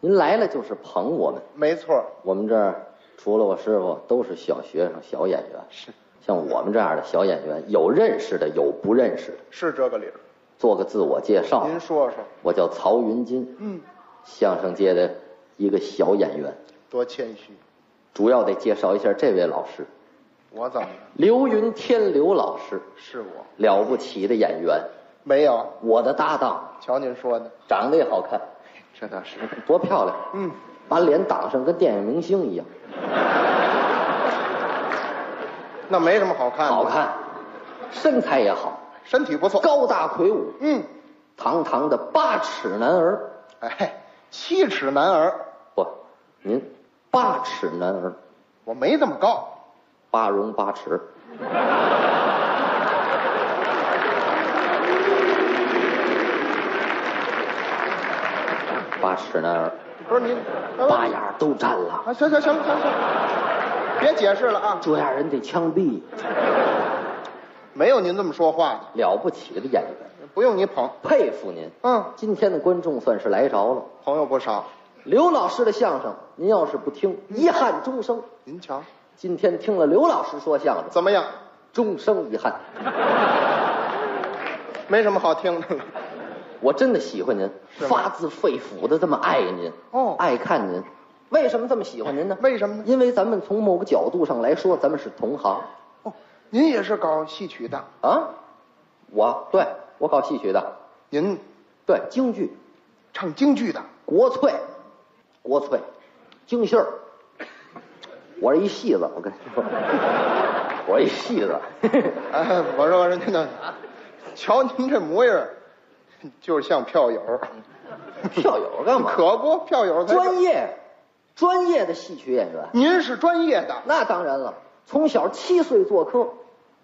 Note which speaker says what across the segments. Speaker 1: 您来了就是捧我们。
Speaker 2: 没错，
Speaker 1: 我们这儿除了我师傅，都是小学生、小演员。
Speaker 2: 是
Speaker 1: 像我们这样的小演员，有认识的，有不认识的。
Speaker 2: 是这个理儿。
Speaker 1: 做个自我介绍，
Speaker 2: 您说说，
Speaker 1: 我叫曹云金，
Speaker 2: 嗯，
Speaker 1: 相声界的一个小演员。
Speaker 2: 多谦虚。
Speaker 1: 主要得介绍一下这位老师，
Speaker 2: 我怎么了？
Speaker 1: 刘云天刘老师，
Speaker 2: 是我
Speaker 1: 了不起的演员，
Speaker 2: 没有？
Speaker 1: 我的搭档，
Speaker 2: 瞧您说的，
Speaker 1: 长得也好看，
Speaker 2: 这倒是。
Speaker 1: 多漂亮，
Speaker 2: 嗯，
Speaker 1: 把脸挡上跟电影明星一样，
Speaker 2: 那没什么好看的，
Speaker 1: 好看，身材也好，
Speaker 2: 身体不错。
Speaker 1: 高大魁梧，
Speaker 2: 嗯，
Speaker 1: 堂堂的八尺男儿，
Speaker 2: 哎，七尺男儿，
Speaker 1: 不，您八尺男儿，
Speaker 2: 我没这么高。
Speaker 1: 八荣八耻，八尺男儿，
Speaker 2: 不是您，
Speaker 1: 八
Speaker 2: 哎
Speaker 1: 样都占了。
Speaker 2: 啊，行行行行行，别解释了啊，
Speaker 1: 这样人得枪毙，
Speaker 2: 没有您这么说话
Speaker 1: 了不起的演员，
Speaker 2: 的，不用你捧。
Speaker 1: 佩服您。
Speaker 2: 嗯，
Speaker 1: 今天的观众算是来着了。
Speaker 2: 朋友不少，
Speaker 1: 刘老师的相声，您要是不听，遗憾终生。
Speaker 2: 您瞧
Speaker 1: 今天听了刘老师说相声，
Speaker 2: 怎么样？
Speaker 1: 终生遗憾。
Speaker 2: 没什么好听的了。
Speaker 1: 我真的喜欢您，
Speaker 2: 是吗
Speaker 1: 发自肺腑的这么爱您，
Speaker 2: 哦
Speaker 1: 爱看您。为什么这么喜欢您呢？
Speaker 2: 为什么呢？
Speaker 1: 因为咱们从某个角度上来说，咱们是同行
Speaker 2: 哦，您也是搞戏曲的，
Speaker 1: 啊。我对我搞戏曲的，
Speaker 2: 您
Speaker 1: 对京剧、
Speaker 2: 唱京剧的，
Speaker 1: 国粹、国粹、京戏儿。我是一戏子，我跟你 说，我是一戏子。
Speaker 2: 哎，我说人家那，瞧您这模样儿，就是像票友儿，
Speaker 1: 票友干嘛？
Speaker 2: 可不，票友才是
Speaker 1: 专业，专业的戏曲演员。
Speaker 2: 您是专业的
Speaker 1: 那当然了，从小七岁做科，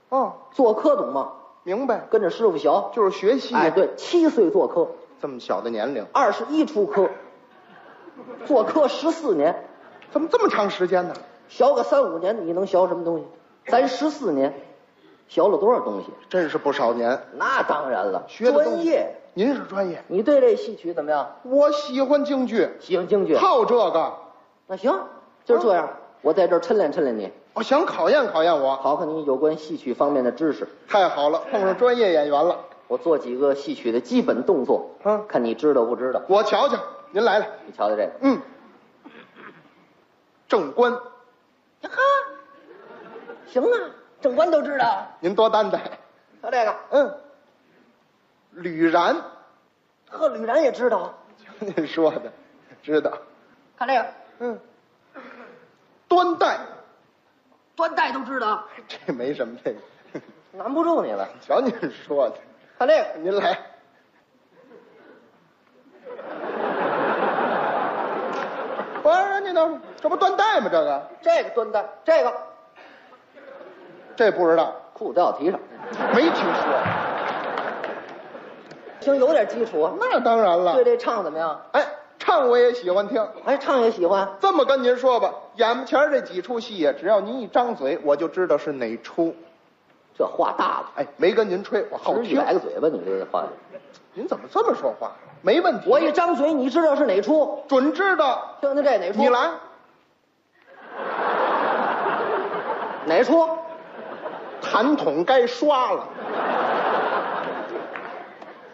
Speaker 2: 哦，
Speaker 1: 做科懂吗？
Speaker 2: 明白，
Speaker 1: 跟着师傅学，
Speaker 2: 就是学习。
Speaker 1: 哎，，对，七岁做科，
Speaker 2: 这么小的年龄，
Speaker 1: 二十一出科，做科十四年，
Speaker 2: 怎么这么长时间呢？
Speaker 1: 学个三五年，你能学什么东西？咱十四年，学了多少东西？
Speaker 2: 真是不少年，
Speaker 1: 那当然了，
Speaker 2: 学的
Speaker 1: 专业。。
Speaker 2: 您是专业，
Speaker 1: 你对这戏曲怎么样？
Speaker 2: 我喜欢京剧，
Speaker 1: 喜欢京剧？
Speaker 2: 好嗯这个，
Speaker 1: 那行，就是这样。我在这儿抻练抻练你，
Speaker 2: 我想考验考验我。
Speaker 1: 考考你有关戏曲方面的知识。
Speaker 2: 太好了，碰上专业演员了，
Speaker 1: 我做几个戏曲的基本动作，
Speaker 2: 嗯
Speaker 1: 看你知道不知道。
Speaker 2: 我瞧瞧，您来了，
Speaker 1: 你瞧瞧这个，
Speaker 2: 嗯，正官，
Speaker 1: 啊行啊，正官都知道。
Speaker 2: 您多担待，
Speaker 1: 瞧这个，
Speaker 2: 嗯，吕然，
Speaker 1: 呵，吕然也知道。
Speaker 2: 您说的，知道，
Speaker 1: 看这个，
Speaker 2: 嗯，端带，
Speaker 1: 端带都知道，
Speaker 2: 这没什么，这个，
Speaker 1: 难不住你了。
Speaker 2: 瞧您说的。
Speaker 1: 看这个，
Speaker 2: 您来。 我说人家呢，这不断带吗？这个
Speaker 1: 这个端带，这个
Speaker 2: 这不知道，
Speaker 1: 裤子要提上，
Speaker 2: 没听说。
Speaker 1: 行，有点基础。啊
Speaker 2: 那当然
Speaker 1: 对
Speaker 2: 了。
Speaker 1: 这唱怎么样？
Speaker 2: 哎，唱我也喜欢听。
Speaker 1: 哎，唱也喜欢。
Speaker 2: 这么跟您说吧，眼前这几出戏啊呀，只要您一张嘴，我就知道是哪出。
Speaker 1: 这话大了，
Speaker 2: 哎，没跟您吹，我好
Speaker 1: 十几
Speaker 2: 听。
Speaker 1: 百个嘴巴，你这话。
Speaker 2: 您怎么这么说话？没问题，
Speaker 1: 我一张嘴，你知道是哪出？
Speaker 2: 准知道。
Speaker 1: 听听这哪出？
Speaker 2: 你来，
Speaker 1: 哪出？
Speaker 2: 痰桶该刷了。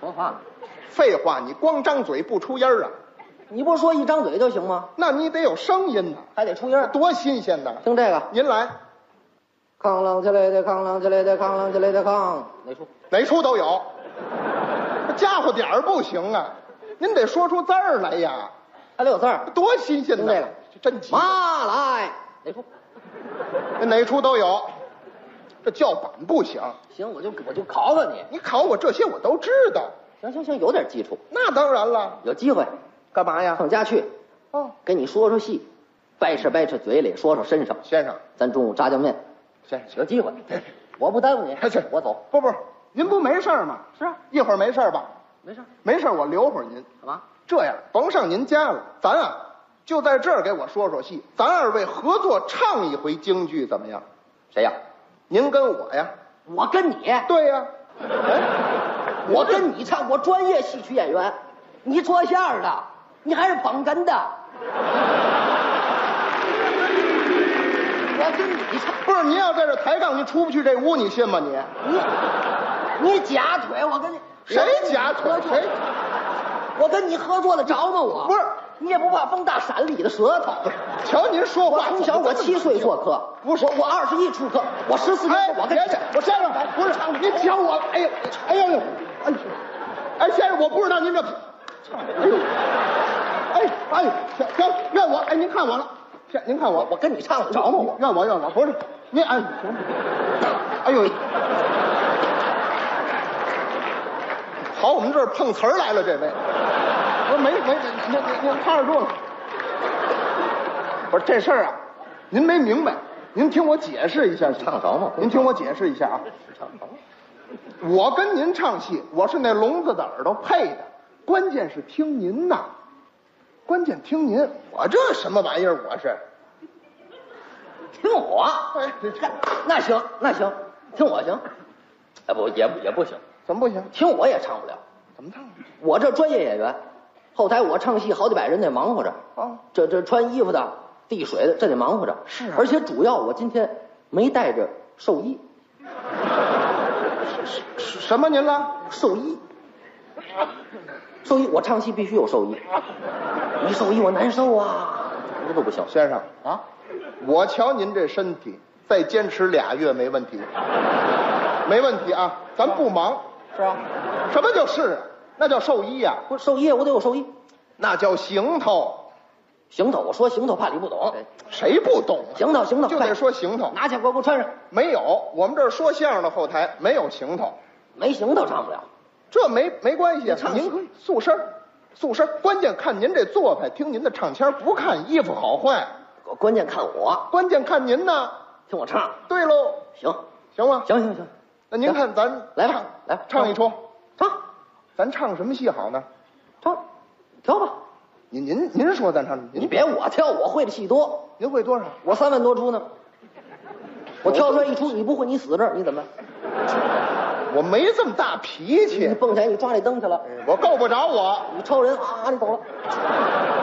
Speaker 1: 什么话？
Speaker 2: 废话，你光张嘴不出音儿啊？
Speaker 1: 你不是说一张嘴就行吗？
Speaker 2: 那你得有声音呢。
Speaker 1: 还得出音儿。
Speaker 2: 多新鲜呐！
Speaker 1: 听这个，
Speaker 2: 您来，
Speaker 1: 扛啷起来的，扛啷起来的，扛啷起来的，扛。哪出？
Speaker 2: 哪出都有，这家伙点儿不行啊！您得说出字儿来呀，
Speaker 1: 还得有字儿。
Speaker 2: 多新鲜
Speaker 1: 您
Speaker 2: 呐！
Speaker 1: 这个
Speaker 2: 真急，
Speaker 1: 马来。哪出？
Speaker 2: 哪出都有，这叫板不行。
Speaker 1: 行，我就我就考考你。
Speaker 2: 你考我这些我都知道，
Speaker 1: 行行行，有点基础，
Speaker 2: 那当然了。
Speaker 1: 有机会
Speaker 2: 干嘛哎呀？
Speaker 1: 上家去，
Speaker 2: 哦，
Speaker 1: 跟你说说戏，掰扯掰扯嘴里，说说身上。
Speaker 2: 先生，
Speaker 1: 咱中午炸酱面，
Speaker 2: 先生，
Speaker 1: 有机会，我不耽误你
Speaker 2: 哎是，
Speaker 1: 我走。
Speaker 2: 不不，您不没事儿吗？
Speaker 1: 是啊，
Speaker 2: 一会儿没事儿吧？
Speaker 1: 没事。
Speaker 2: 没事儿，我留会儿您。
Speaker 1: 干嘛？
Speaker 2: 这样，甭上您家了，咱啊就在这儿给我说说戏，咱二位合作唱一回京剧怎么样？
Speaker 1: 谁呀？
Speaker 2: 您跟我呀？
Speaker 1: 我跟你，
Speaker 2: 对呀、
Speaker 1: 我跟你唱，我专业戏曲演员，你说相声的，你还是捧哏的。我跟你唱，
Speaker 2: 不是，您要在这抬杠，您出不去这屋，你信吗你？
Speaker 1: 你你假腿，我跟你
Speaker 2: 谁
Speaker 1: 我跟你
Speaker 2: 假腿
Speaker 1: 合作
Speaker 2: 谁
Speaker 1: 我跟你合作的着吗？我
Speaker 2: 不是，
Speaker 1: 你也不怕风大闪你的舌头。
Speaker 2: 瞧您说
Speaker 1: 我
Speaker 2: 话，
Speaker 1: 从小我七岁做客，
Speaker 2: 不是
Speaker 1: 我我二十一出科，我十四年
Speaker 2: 哎
Speaker 1: 后我跟你
Speaker 2: 别介
Speaker 1: 我先生不是
Speaker 2: 您瞧我，哎呦，哎呦呦，哎呦，哎先生，我不知道您这，哎呦，哎哎呦，行行，怨我，哎您看我了，天，您看我，
Speaker 1: 我跟你唱的着吗？我
Speaker 2: 怨我怨我，不是，您哎，行，哎呦，跑我们这儿碰瓷儿来了，这位，我说没没，您您您趴着住了，不是这事儿啊，您没明白，您听我解释一下行吗，
Speaker 3: 唱着吗
Speaker 2: 您听我解释一下啊，我跟您唱戏，我是那聋子的耳朵配的，关键是听您呐，关键听您，我这什么玩意儿，我是。
Speaker 1: 听我
Speaker 2: 哎这这，
Speaker 1: 那行那行，听我行，
Speaker 3: 哎不也不也不行，
Speaker 2: 怎么不行？
Speaker 1: 听我也唱不了。
Speaker 2: 怎么唱？啊
Speaker 1: 我这专业演员，后台我唱戏好几百人得忙活着。
Speaker 2: 哦
Speaker 1: 这这穿衣服的、递水的，这得忙活着。
Speaker 2: 是啊
Speaker 1: 而且主要我今天没带着寿衣，
Speaker 2: 什么您了？
Speaker 1: 寿 衣，寿衣，我唱戏必须有寿 衣，没寿衣我难受啊，那都不行。
Speaker 2: 先生，
Speaker 1: 啊，
Speaker 2: 我瞧您这身体，再坚持俩月没问题，没问题啊，咱不忙。
Speaker 1: 是啊，
Speaker 2: 什么叫是啊？那叫寿衣呀、
Speaker 1: 不是寿衣我得有寿衣。
Speaker 2: 那叫行头。哦
Speaker 1: 行头，我说行头怕你不懂。
Speaker 2: 谁不懂啊？
Speaker 1: 行头，行头，
Speaker 2: 就
Speaker 1: 快
Speaker 2: 得说行头。
Speaker 1: 拿去给我给我穿上，
Speaker 2: 没有，我们这儿说相声的后台没有行头，
Speaker 1: 没行头唱不了。
Speaker 2: 这没没关系啊
Speaker 1: 你。唱
Speaker 2: 您可以素身儿，素身儿，关键看您这做派，听您的唱腔，不看衣服好坏，
Speaker 1: 关键看我，
Speaker 2: 关键看您呢。
Speaker 1: 听我唱，
Speaker 2: 对喽，
Speaker 1: 行，
Speaker 2: 行吗？
Speaker 1: 行行行，
Speaker 2: 那您看咱
Speaker 1: 来
Speaker 2: 唱
Speaker 1: 吧，来吧
Speaker 2: 唱一出，
Speaker 1: 唱
Speaker 2: 咱唱什么戏好呢？
Speaker 1: 唱，挑吧。
Speaker 2: 您您您说咱唱，
Speaker 1: 你
Speaker 2: 您
Speaker 1: 别我挑，我会的戏多。
Speaker 2: 您会多少？
Speaker 1: 我三万多出呢，我挑出来一出你不会，你死这儿，你怎么办？
Speaker 2: 我没这么大脾
Speaker 1: 你
Speaker 2: 气，
Speaker 1: 蹦起来，你抓那灯去了，
Speaker 2: 我够不着我，
Speaker 1: 你抽人啊，你走了，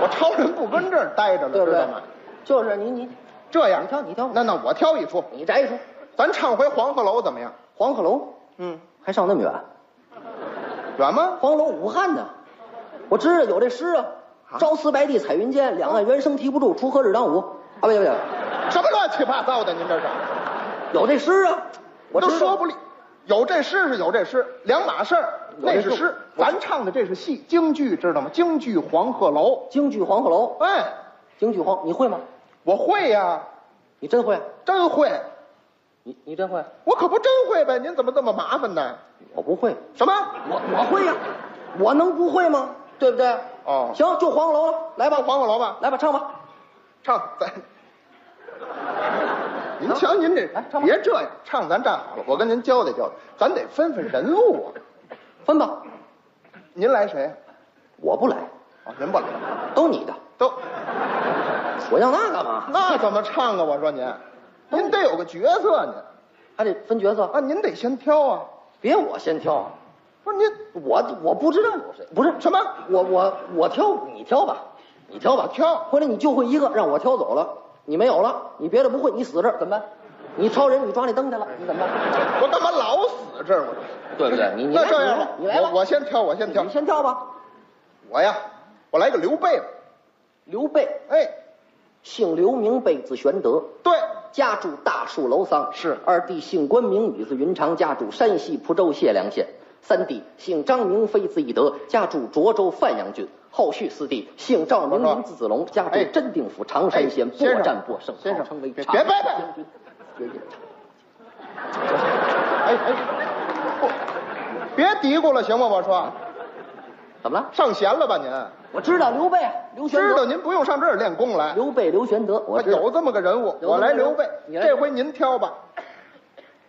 Speaker 2: 我超人不跟这儿待着了，
Speaker 1: 对不
Speaker 2: 知
Speaker 1: 对
Speaker 2: 道吗？？
Speaker 1: 就是你你
Speaker 2: 这样，
Speaker 1: 你挑你挑
Speaker 2: 那那我挑一出，
Speaker 1: 你摘一出
Speaker 2: 咱唱回黄鹤楼怎么样？
Speaker 1: 黄鹤楼，
Speaker 2: 嗯，
Speaker 1: 还上那么远？
Speaker 2: 远吗？
Speaker 1: 黄鹤楼武汉呢，我知道有这诗啊，朝辞白帝彩云间，两岸猿声啼不住，锄禾日当午。啊，不对不对，
Speaker 2: 什么乱七八糟的？您这是，
Speaker 1: 有这诗啊，我
Speaker 2: 都
Speaker 1: 知道
Speaker 2: 说不利。有这诗是有这诗，两码事儿，
Speaker 1: 有
Speaker 2: 那
Speaker 1: 这
Speaker 2: 是
Speaker 1: 事
Speaker 2: 诗，咱唱的这是戏，京剧知道吗？京剧《黄鹤楼
Speaker 1: 京剧黄鹤楼》，，
Speaker 2: 哎，
Speaker 1: 京剧黄，你会吗？
Speaker 2: 我会呀、
Speaker 1: 你真会？啊
Speaker 2: 真会。
Speaker 1: 你你真会？
Speaker 2: 我可不真会呗，您怎么这么麻烦呢？
Speaker 1: 我不会。
Speaker 2: 什么？
Speaker 1: 我我会呀、我能不会吗？对不对？
Speaker 2: 哦
Speaker 1: 行，就黄鹤楼了，来吧，
Speaker 2: 黄鹤楼吧，
Speaker 1: 来吧，唱吧。
Speaker 2: 唱咱。您瞧您这
Speaker 1: 来啊唱，吧
Speaker 2: 别这样，唱咱站好了，我跟您交代交代，咱得分分人物啊。
Speaker 1: 分吧，
Speaker 2: 您来谁？
Speaker 1: 我不来，
Speaker 2: 哦，您不来，
Speaker 1: 都你的，
Speaker 2: 都
Speaker 1: 我要那干嘛？
Speaker 2: 那怎么唱啊？我说您，您得有个角色您
Speaker 1: 还得分角色，
Speaker 2: 啊，您得先挑啊。
Speaker 1: 别我先挑，
Speaker 2: 不是您
Speaker 1: 我我不知道有谁，不是
Speaker 2: 什么？
Speaker 1: 我我我挑，你挑吧，你挑吧，
Speaker 2: 挑
Speaker 1: 或者你就会一个，让我挑走了，你没有了，你别的不会，你死这儿怎么办？你超人，你抓那灯去了，你怎么办？
Speaker 2: 我干嘛老死啊这儿？我
Speaker 1: 对不对？你你
Speaker 2: 那
Speaker 1: 来
Speaker 2: 这样吧，
Speaker 1: 你来吧，
Speaker 2: 我我先挑，我先挑
Speaker 1: 你，先挑吧。
Speaker 2: 我呀，我来个刘备吧。
Speaker 1: 刘备，
Speaker 2: 哎，
Speaker 1: 姓刘，名备，字玄德。
Speaker 2: 对，
Speaker 1: 家住大树楼桑，
Speaker 2: 是
Speaker 1: 二弟姓关名羽，字云长，家住山西蒲州解良县。三弟姓张名飞，字翼德，家住涿州范阳郡。后续四弟姓赵名
Speaker 2: 我说
Speaker 1: 林，字子龙，家住
Speaker 2: 哎
Speaker 1: 真定府常山县，
Speaker 2: 哎先生
Speaker 1: 破战破胜，
Speaker 2: 先生
Speaker 1: 号称为
Speaker 2: 别
Speaker 1: 长
Speaker 2: 别
Speaker 1: 安
Speaker 2: 别别
Speaker 1: 将军。别别
Speaker 2: 哎哎，不，别嘀咕了，行吗？我说。
Speaker 1: 怎么了？
Speaker 2: 上弦了吧您？
Speaker 1: 我知道刘备、啊刘玄
Speaker 2: 知道
Speaker 1: 德，
Speaker 2: 您不用上这儿练功来，
Speaker 1: 刘备、刘玄德，我知道。
Speaker 2: 有这么个人物，
Speaker 1: 有
Speaker 2: 我来
Speaker 1: 这么
Speaker 2: 刘
Speaker 1: 个
Speaker 2: 备
Speaker 1: 人物，你来
Speaker 2: 这回您挑吧，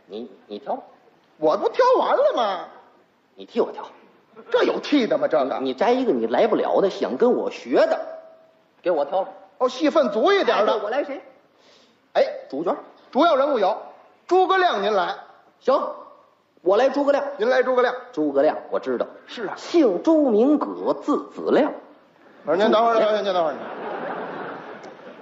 Speaker 1: 你你挑吧，
Speaker 2: 我不挑完了吗？
Speaker 1: 你替我挑。
Speaker 2: 这有气的吗？这个
Speaker 1: 你摘一个你来不了的，想跟我学的，给我挑吧。
Speaker 2: 哦，戏份足一点
Speaker 1: 哎我
Speaker 2: 的，
Speaker 1: 来谁？
Speaker 2: 哎，
Speaker 1: 主角。
Speaker 2: 主要人物有诸葛亮，您来，
Speaker 1: 行，我来诸葛亮。
Speaker 2: 您来诸葛亮，
Speaker 1: 诸葛亮，我知道，
Speaker 2: 是啊，
Speaker 1: 姓朱名葛，字子亮。
Speaker 2: 我说您等会儿，您您等会儿，您。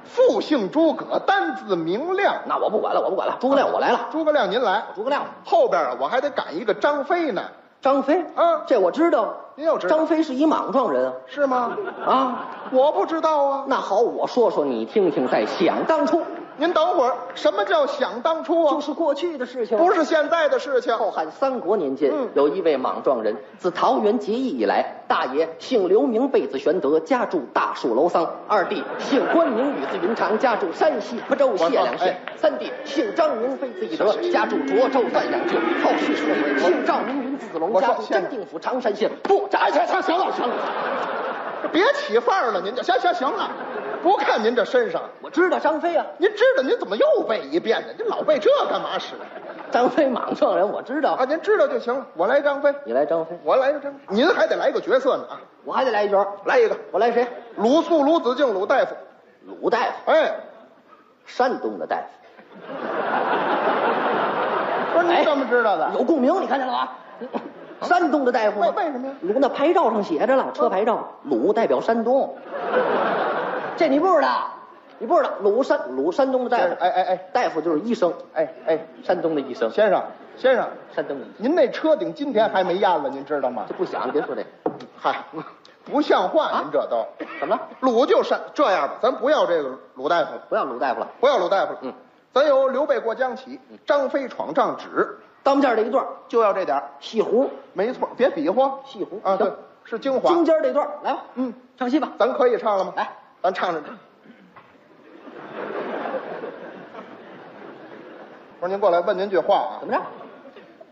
Speaker 2: 复姓诸葛，单字明亮。
Speaker 1: 那我不管了，我不管了，诸葛亮我来了，
Speaker 2: 诸葛亮您来，
Speaker 1: 诸葛亮，
Speaker 2: 后边啊我还得赶一个张飞呢，
Speaker 1: 张飞，
Speaker 2: 嗯
Speaker 1: 这我知道，
Speaker 2: 您又知道
Speaker 1: 张飞是一莽撞人啊
Speaker 2: 是吗？
Speaker 1: 啊。
Speaker 2: 我不知道啊。
Speaker 1: 那好，我说说你听听，在想当初，
Speaker 2: 您等会儿，什么叫想当初啊
Speaker 1: 就？是过去的事情，
Speaker 2: 不是现在的事情。
Speaker 1: 后汉三国年间，
Speaker 2: 嗯
Speaker 1: 有一位莽撞人，自桃园结义以来，大爷姓刘名贝字玄德，家住大树楼桑；二弟姓关名羽字云长，家住山西蒲州解良县；
Speaker 2: 哎
Speaker 1: 三弟姓张名飞字翼德，家住涿州范阳郡。后续四位姓赵名云字子龙，
Speaker 2: 我说
Speaker 1: 家住
Speaker 2: 现
Speaker 1: 真定府常山县。不，这哎行行行了行了，行了
Speaker 2: 别起范儿了，您就行行行了，不看您这身上，
Speaker 1: 我知道张飞啊，
Speaker 2: 您知道您怎么又背一遍呢？您老背这干嘛使
Speaker 1: 张飞莽撞人，我知道
Speaker 2: 啊？。您知道就行了。我来张飞，
Speaker 1: 你来张飞，
Speaker 2: 我来个张飞，您还得来个角色呢啊！
Speaker 1: 我还得来一角，
Speaker 2: 来一个
Speaker 1: 我来谁？
Speaker 2: 鲁肃、鲁子敬、鲁大夫。
Speaker 1: 鲁大夫，
Speaker 2: 哎，
Speaker 1: 山东的大夫。
Speaker 2: 不是您怎么知道的？
Speaker 1: 有共鸣，你看见了吧？山东的大夫吗
Speaker 2: 为为什么呀
Speaker 1: 鲁那牌照上写着了，车牌照，鲁代表山东。这你不知道？你不知道？鲁山鲁山东的大夫，
Speaker 2: 哎哎哎，
Speaker 1: 大夫就是医生，
Speaker 2: 哎哎，
Speaker 1: 山东的医生，
Speaker 2: 先生先生，
Speaker 1: 山东的医生。
Speaker 2: 您那车顶今天还没压了，您知道吗
Speaker 1: 这？不想，别说这个。
Speaker 2: 嗨，不像话，您这都。
Speaker 1: 怎啊么了？
Speaker 2: 鲁就山这样吧，咱不要这个鲁大夫了，
Speaker 1: 不要鲁大夫了。
Speaker 2: 不要鲁大夫了，
Speaker 1: 嗯，
Speaker 2: 咱由刘备过江起，张飞闯帐止，
Speaker 1: 当间这一段，
Speaker 2: 就要这点儿，
Speaker 1: 戏胡，
Speaker 2: 没错，别比划
Speaker 1: 戏胡
Speaker 2: 啊，
Speaker 1: 行
Speaker 2: 对，是精华，
Speaker 1: 中间这段，来吧，
Speaker 2: 嗯，
Speaker 1: 唱戏吧。
Speaker 2: 咱可以唱了吗？
Speaker 1: 来，
Speaker 2: 咱唱着。 我说您过来问您句话啊
Speaker 1: 怎，么着？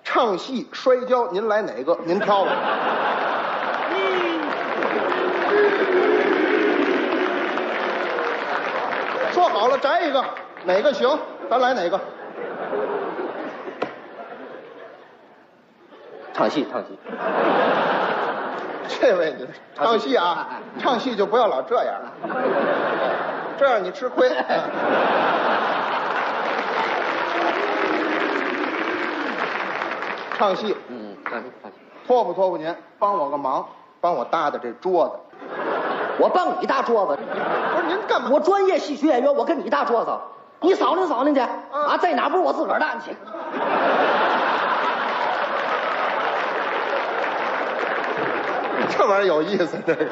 Speaker 2: 唱戏摔跤您来哪个？您挑吧。说好了摘一个，哪个行咱来哪个。
Speaker 1: 唱戏，唱戏。
Speaker 2: 这位，你唱戏啊，唱戏就不要老这样了，这样你吃亏。嗯唱戏，
Speaker 1: 嗯，唱戏，唱戏。
Speaker 2: 托付托付您，帮我个忙，帮我搭搭这桌子。
Speaker 1: 我帮你搭桌子。
Speaker 2: 不是您干嘛？
Speaker 1: 我专业戏曲演员，我跟你搭桌子，你扫听扫听去啊，在哪不是我自个儿搭去？
Speaker 2: 这玩意儿有意思，这个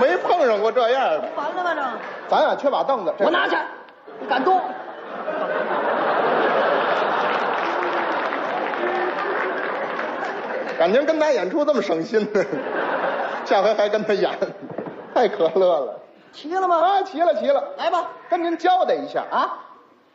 Speaker 2: 没碰上过这样的。
Speaker 1: 完了吧
Speaker 2: 咱俩缺把凳子，
Speaker 1: 这？
Speaker 2: 这
Speaker 1: 我拿去，你敢动？
Speaker 2: 感情跟他演出这么省心呢，下回还跟他演，太可乐了。
Speaker 1: 齐了吗？
Speaker 2: 啊，齐了齐了，
Speaker 1: 来吧，
Speaker 2: 跟您交代一下啊，
Speaker 1: 啊，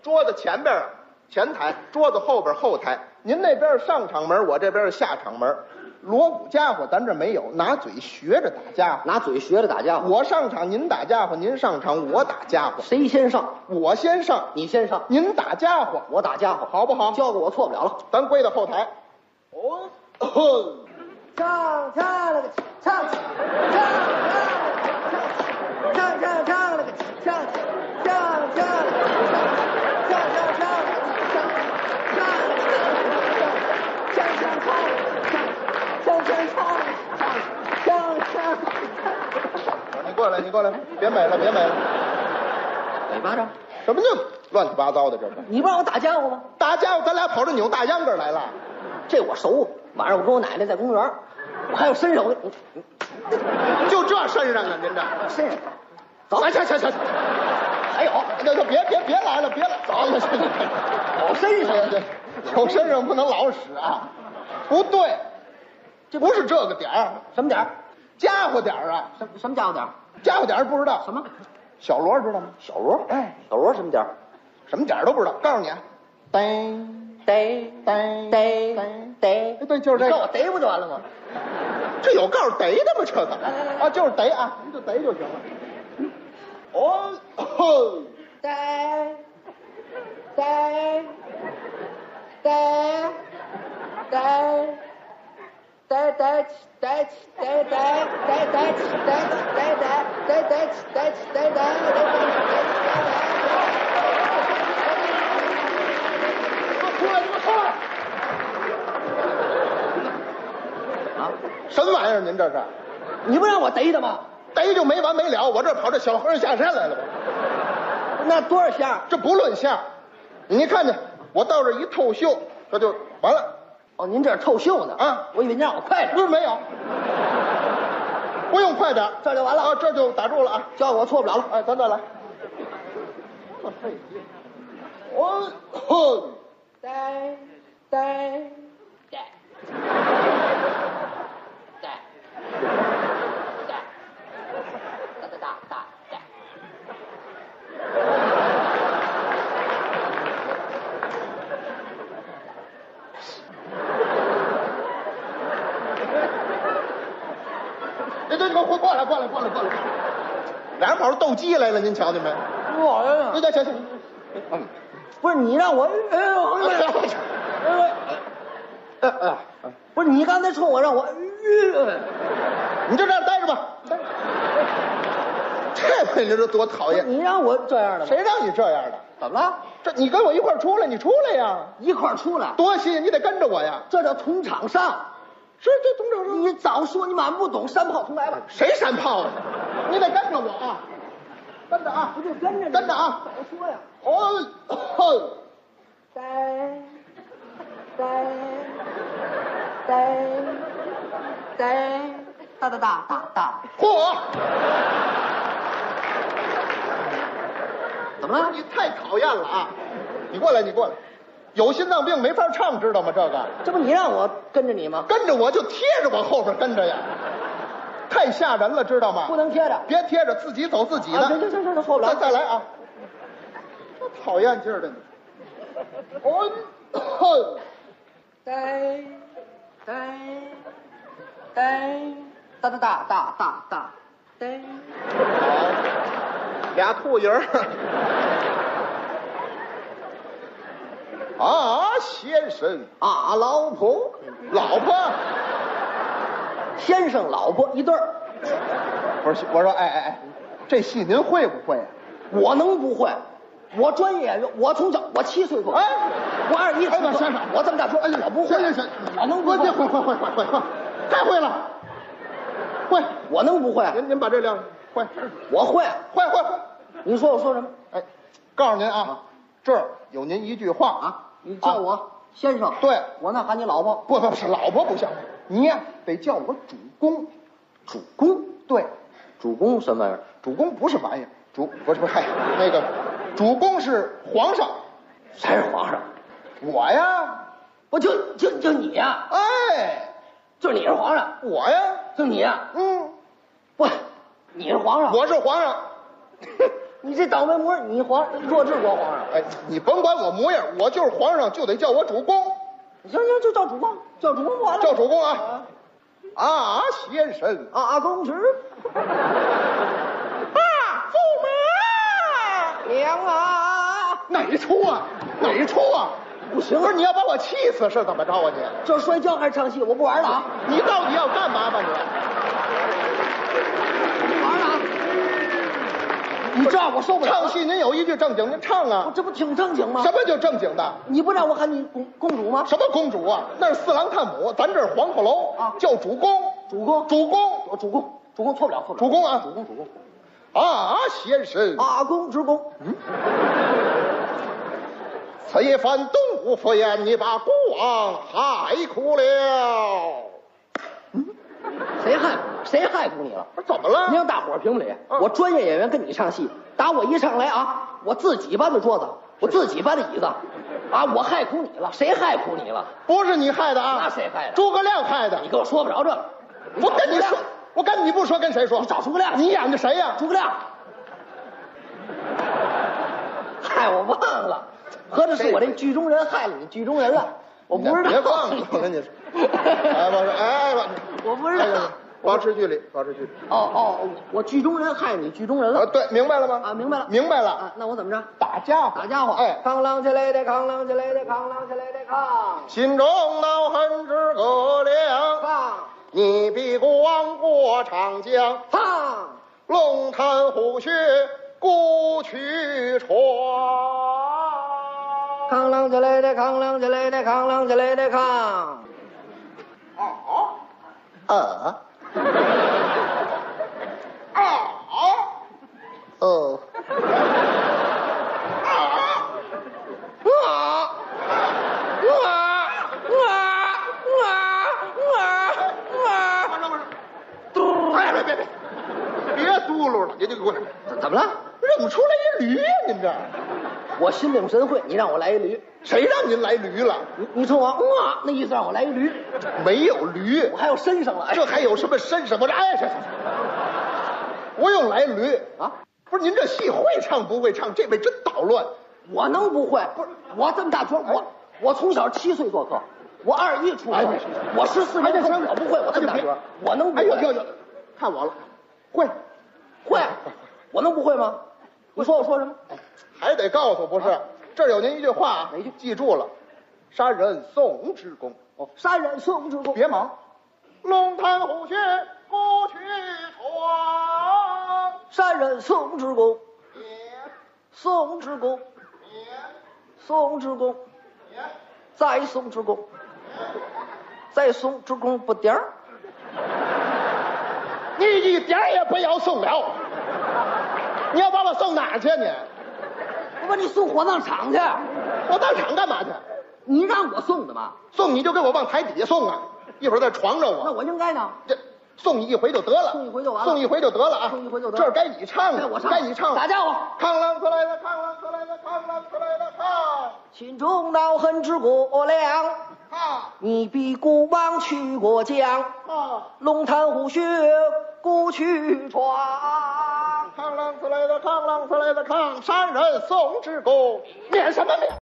Speaker 2: 桌子前边儿前台，桌子后边儿后台，您那边儿上场门，我这边儿下场门。锣鼓家伙咱这没有，拿嘴学着打家伙。
Speaker 1: 拿嘴学着打架，
Speaker 2: 我上场您打家伙，您上场我打家伙，
Speaker 1: 谁先上？
Speaker 2: 我先上，
Speaker 1: 你先上，
Speaker 2: 您打家伙，
Speaker 1: 我打家伙，
Speaker 2: 好不好？
Speaker 1: 交给我错不了了。
Speaker 2: 咱归到后台。哦，
Speaker 4: 唱唱了个唱，唱唱了个唱，唱唱唱了个唱，唱唱了个唱，唱唱唱了个唱，唱唱唱了个唱，唱唱唱了个唱，唱唱唱
Speaker 2: 你过来，你过来，别美了，别美了，
Speaker 1: 尾巴掌，
Speaker 2: 什么叫乱七八糟的这个？
Speaker 1: 你不让我打家伙吗？
Speaker 2: 大家伙，咱俩跑这扭大秧歌来了。
Speaker 1: 这我熟，晚上我跟我奶奶在公园，我还要伸手，嗯嗯
Speaker 2: 就这身上啊，您这。
Speaker 1: 伸手，
Speaker 2: 走，
Speaker 1: 哎
Speaker 2: 行行行，
Speaker 1: 还有
Speaker 2: 那就别别别来了，别来，走，行行行，
Speaker 1: 我伸手，
Speaker 2: 对对，有身上不能老使啊，不对，这不是这个点儿，
Speaker 1: 什么点儿？
Speaker 2: 家伙点儿啊，
Speaker 1: 什什么家伙点儿？
Speaker 2: 家伙点儿不知道
Speaker 1: 什么？
Speaker 2: 小罗知道吗？
Speaker 1: 小罗，
Speaker 2: 哎，
Speaker 1: 小罗什么点儿？
Speaker 2: 什么点儿都不知道，告诉你啊，呆
Speaker 1: 逮
Speaker 2: 呆
Speaker 1: 逮
Speaker 2: 呆，
Speaker 1: 逮
Speaker 2: 哎，对，就是这
Speaker 1: 你告我
Speaker 2: 个，
Speaker 1: 逮不就完了吗？ 哎
Speaker 2: 这有告诉逮的吗？这个啊，就是逮啊，您就逮就行了。哦，哦
Speaker 4: 呆呆呆呆呆呆起呆起呆呆呆呆起呆起呆呆呆呆起呆起呆呆呆
Speaker 2: 出来，你给我出来！
Speaker 1: 啊，
Speaker 2: 啊什么玩意儿？您这是？
Speaker 1: 你不让我逮的吗？
Speaker 2: 逮逮就没完没了，我这跑这小和尚下山来了吧？
Speaker 1: 那多少下？
Speaker 2: 这不论相，你看见我到这一透袖，这就完了，
Speaker 1: 哦，您这儿透袖呢？
Speaker 2: 啊
Speaker 1: 我以为您让我快点，
Speaker 2: 不是没有，不用快点，
Speaker 1: 这就完了
Speaker 2: 啊，这就打住了啊！
Speaker 1: 叫我错不了了。
Speaker 2: 哎，咱再来，我哼，
Speaker 1: 呆呆呆呆呆哒哒哒哒哒。
Speaker 2: 这这快快过来，过来，过来，过来，俩人跑这斗鸡来了，您瞧见没？
Speaker 1: 我呀
Speaker 2: 那家瞧瞧，嗯，
Speaker 1: 不是你让我，哎呦哎呦 哎呦，
Speaker 2: 哎哎，
Speaker 1: 不是你刚才冲我让我，哎呃
Speaker 2: 你就这样待着吧，待着这回你说多讨厌，
Speaker 1: 你让我这样的吗？
Speaker 2: 谁让你这样的？
Speaker 1: 怎么了？
Speaker 2: 这你跟我一块儿出来，你出来呀，
Speaker 1: 一块儿出来，
Speaker 2: 多新鲜，你得跟着我呀。
Speaker 1: 这叫同场上。
Speaker 2: 是这董事
Speaker 1: 你早说，你满不懂山炮从来吧。
Speaker 2: 谁山炮啊？你得跟着我啊，跟着啊，
Speaker 1: 不就跟着你
Speaker 2: 跟着啊
Speaker 1: 早说呀。
Speaker 2: 哦，哼
Speaker 1: 呆呆呆呆哒哒哒哒哒，
Speaker 2: 嚯，
Speaker 1: 怎么了？
Speaker 2: 你太讨厌了啊！你过来，你过来，有心脏病没法唱，知道吗？这个
Speaker 1: 这不你让我跟着你吗？
Speaker 2: 跟着我就贴着我后边跟着呀，太吓人了，知道吗？
Speaker 1: 不能贴着。
Speaker 2: 别贴着，自己走自己的。
Speaker 1: 啊行行行行行后边
Speaker 2: 再再来啊！这讨厌劲儿的你，哦，哼
Speaker 1: 呆呆呆哒哒哒哒哒哒呆。
Speaker 2: 俩兔蝇儿。啊，先生，
Speaker 1: 啊，老婆，
Speaker 2: 老婆，
Speaker 1: 先生老婆一对儿，
Speaker 2: 不是我说，哎哎哎，这戏您会不会啊？
Speaker 1: 我能不会？我专业演员，我从小我七岁过，
Speaker 2: 哎
Speaker 1: 我二十一岁
Speaker 2: 哎
Speaker 1: 过，
Speaker 2: 呀先生
Speaker 1: 我这么大说，哎，我不会，
Speaker 2: 行行
Speaker 1: 我
Speaker 2: 行，
Speaker 1: 能不
Speaker 2: 会
Speaker 1: 会？
Speaker 2: 会会会会会，太会了，会，
Speaker 1: 我能不会？
Speaker 2: 您您把这亮，会，
Speaker 1: 我会。
Speaker 2: 会会会，
Speaker 1: 你说我说什么？
Speaker 2: 哎，告诉您啊，这儿有您一句话啊，
Speaker 1: 你叫我、先生，
Speaker 2: 对
Speaker 1: 我那喊你老婆。
Speaker 2: 不不是老婆不行，你呀得叫我主公，
Speaker 5: 主公，
Speaker 2: 对，
Speaker 5: 主公什么玩意儿？
Speaker 2: 主公不是玩意儿，主不是不是，嗨，那个主公是皇上，
Speaker 5: 谁是皇上？
Speaker 2: 我呀，
Speaker 5: 我就就就你呀、
Speaker 2: 哎，
Speaker 5: 就是你是皇上，
Speaker 2: 我呀，
Speaker 5: 就你呀、
Speaker 2: 嗯，
Speaker 5: 不，你是皇上，
Speaker 2: 我是皇上，
Speaker 1: 你这倒霉模样，你皇弱智国皇上。
Speaker 2: 哎，你甭管我模样，我就是皇上，就得叫我主公，
Speaker 1: 行行，就叫主公，叫主公完了。
Speaker 2: 叫主公啊，啊先生，
Speaker 1: 啊啊，公职。
Speaker 2: 啊，驸
Speaker 1: 娘啊！
Speaker 2: 马，哪一出啊？哪一出啊？
Speaker 1: 不行
Speaker 2: 不是你要把我气死是怎么着啊你？
Speaker 1: 这摔跤还是唱戏，我不玩了啊！
Speaker 2: 你到底要干嘛吧你？
Speaker 1: 不玩了啊！你这样我受不了
Speaker 2: 唱
Speaker 1: 了。
Speaker 2: 戏您有一句正经，您唱
Speaker 1: 我
Speaker 2: 啊。
Speaker 1: 这不挺正经吗？
Speaker 2: 什？么叫正经的？
Speaker 1: 你不让我喊你公公主吗？
Speaker 2: 什么公主啊？那是四郎探母，咱这是黄鹤楼
Speaker 1: 啊
Speaker 2: 叫主公，
Speaker 1: 主公
Speaker 2: 主公，
Speaker 1: 我主公，主公错不了，错不了。
Speaker 2: 主公啊，
Speaker 1: 主公，主公。
Speaker 2: 啊，先生，
Speaker 1: 啊，公职公，
Speaker 2: 嗯此一番东吴敷衍，你把孤王害苦了。
Speaker 1: 谁害谁害苦你了？
Speaker 2: 不是怎么了？
Speaker 1: 您让大伙儿评评理。
Speaker 2: 啊嗯
Speaker 1: 我专业演员跟你唱戏，打我一上来啊，我自己搬的桌子，我自己搬的椅子，啊，我害苦你了，谁害苦你了？
Speaker 2: 不是你害的啊？
Speaker 1: 那谁害的
Speaker 2: 诸葛亮害的
Speaker 1: 你。给我说不着这个，
Speaker 2: 我跟你说，我跟你不说，跟谁说？
Speaker 1: 你找诸葛亮去
Speaker 2: 你演的谁呀、
Speaker 1: 诸葛亮，嗨，我忘了，合着是我这剧中人害了你剧中人了，我不知道。
Speaker 2: 别忘了，我跟你 说。哎，我说，哎，我
Speaker 1: 我不知道
Speaker 2: 哎保持距离，保持距离。
Speaker 1: 哦哦，我剧中人害你剧中人
Speaker 2: 啊，
Speaker 1: 了
Speaker 2: 对，明白了吗？
Speaker 1: 嗯啊，明白了，
Speaker 2: 明白了。
Speaker 1: 啊，那我怎么着？
Speaker 2: 打家伙，
Speaker 1: 打家伙，
Speaker 2: 哎，
Speaker 1: 扛啷起来的，扛啷起来的，扛啷起来的，扛
Speaker 2: 心中恼恨之葛亮，
Speaker 1: 扛
Speaker 2: 你必光过长江，
Speaker 1: 扛。
Speaker 2: 龙潭虎穴孤渠船。
Speaker 1: 扛啷起来的，扛啷起来的，扛啷起来的，扛。
Speaker 2: 啊，
Speaker 1: 哎，
Speaker 2: 哎秃噜了，您就给我
Speaker 1: 怎怎么了？
Speaker 2: 认不出来一驴呀、您这
Speaker 1: 我心领神会，你让我来一驴，
Speaker 2: 谁让您来驴了？
Speaker 1: 你你冲我嗯啊，那意思让我来一驴，
Speaker 2: 没有驴，
Speaker 1: 我还要身上了，哎
Speaker 2: 这还有什么身什么的？哎，这这这，我有来驴
Speaker 1: 啊！
Speaker 2: 不是您这戏会唱不会唱，这位真捣乱。
Speaker 1: 我能不会？不是我这么大圈，我我从小七岁做客，我二一出
Speaker 2: 哎
Speaker 1: 生，我十四
Speaker 2: 哎
Speaker 1: 年
Speaker 2: 这
Speaker 1: 生，
Speaker 2: 这
Speaker 1: 我不会，我这么大
Speaker 2: 哎这
Speaker 1: 圈，我哎能不
Speaker 2: 哎
Speaker 1: 会？
Speaker 2: 呦呦呦，看我了，会，
Speaker 1: 会，我能不会吗？你说我说什么？
Speaker 2: 还得告诉不是？这儿有您一句话，啊
Speaker 1: 哪一句
Speaker 2: 记住了，杀人宋之公。
Speaker 1: 哦，山人孙之功，
Speaker 2: 别忙，龙潭虎穴不去闯。
Speaker 1: 山人宋之功，宋之功，宋之功，再宋之功，再宋之功不点儿。
Speaker 2: 你一点儿也不要送了，你要把我送哪儿去你？
Speaker 1: 我把你送火葬场去，
Speaker 2: 我当场干嘛去？
Speaker 1: 你让我送的吗？
Speaker 2: 送你就给我往台底下送啊！一会儿再床着我。
Speaker 1: 那我应该呢？
Speaker 2: 这送你一回就得了，
Speaker 1: 送一回就完了
Speaker 2: 送一回就得了啊！
Speaker 1: 送一回就得了
Speaker 2: 这儿该你唱
Speaker 1: 该
Speaker 2: 了，
Speaker 1: 我唱，
Speaker 2: 嗯该你唱了。
Speaker 1: 打架我。
Speaker 2: 抗浪出来了，抗浪出来了，抗浪出来了，抗
Speaker 1: 心中恼恨之过量，
Speaker 2: 抗
Speaker 1: 你比孤王去过江，
Speaker 2: 抗！
Speaker 1: 龙潭虎穴孤去闯。
Speaker 2: 抗浪出来了，抗浪出来了，抗！山人宋之公，免什么免？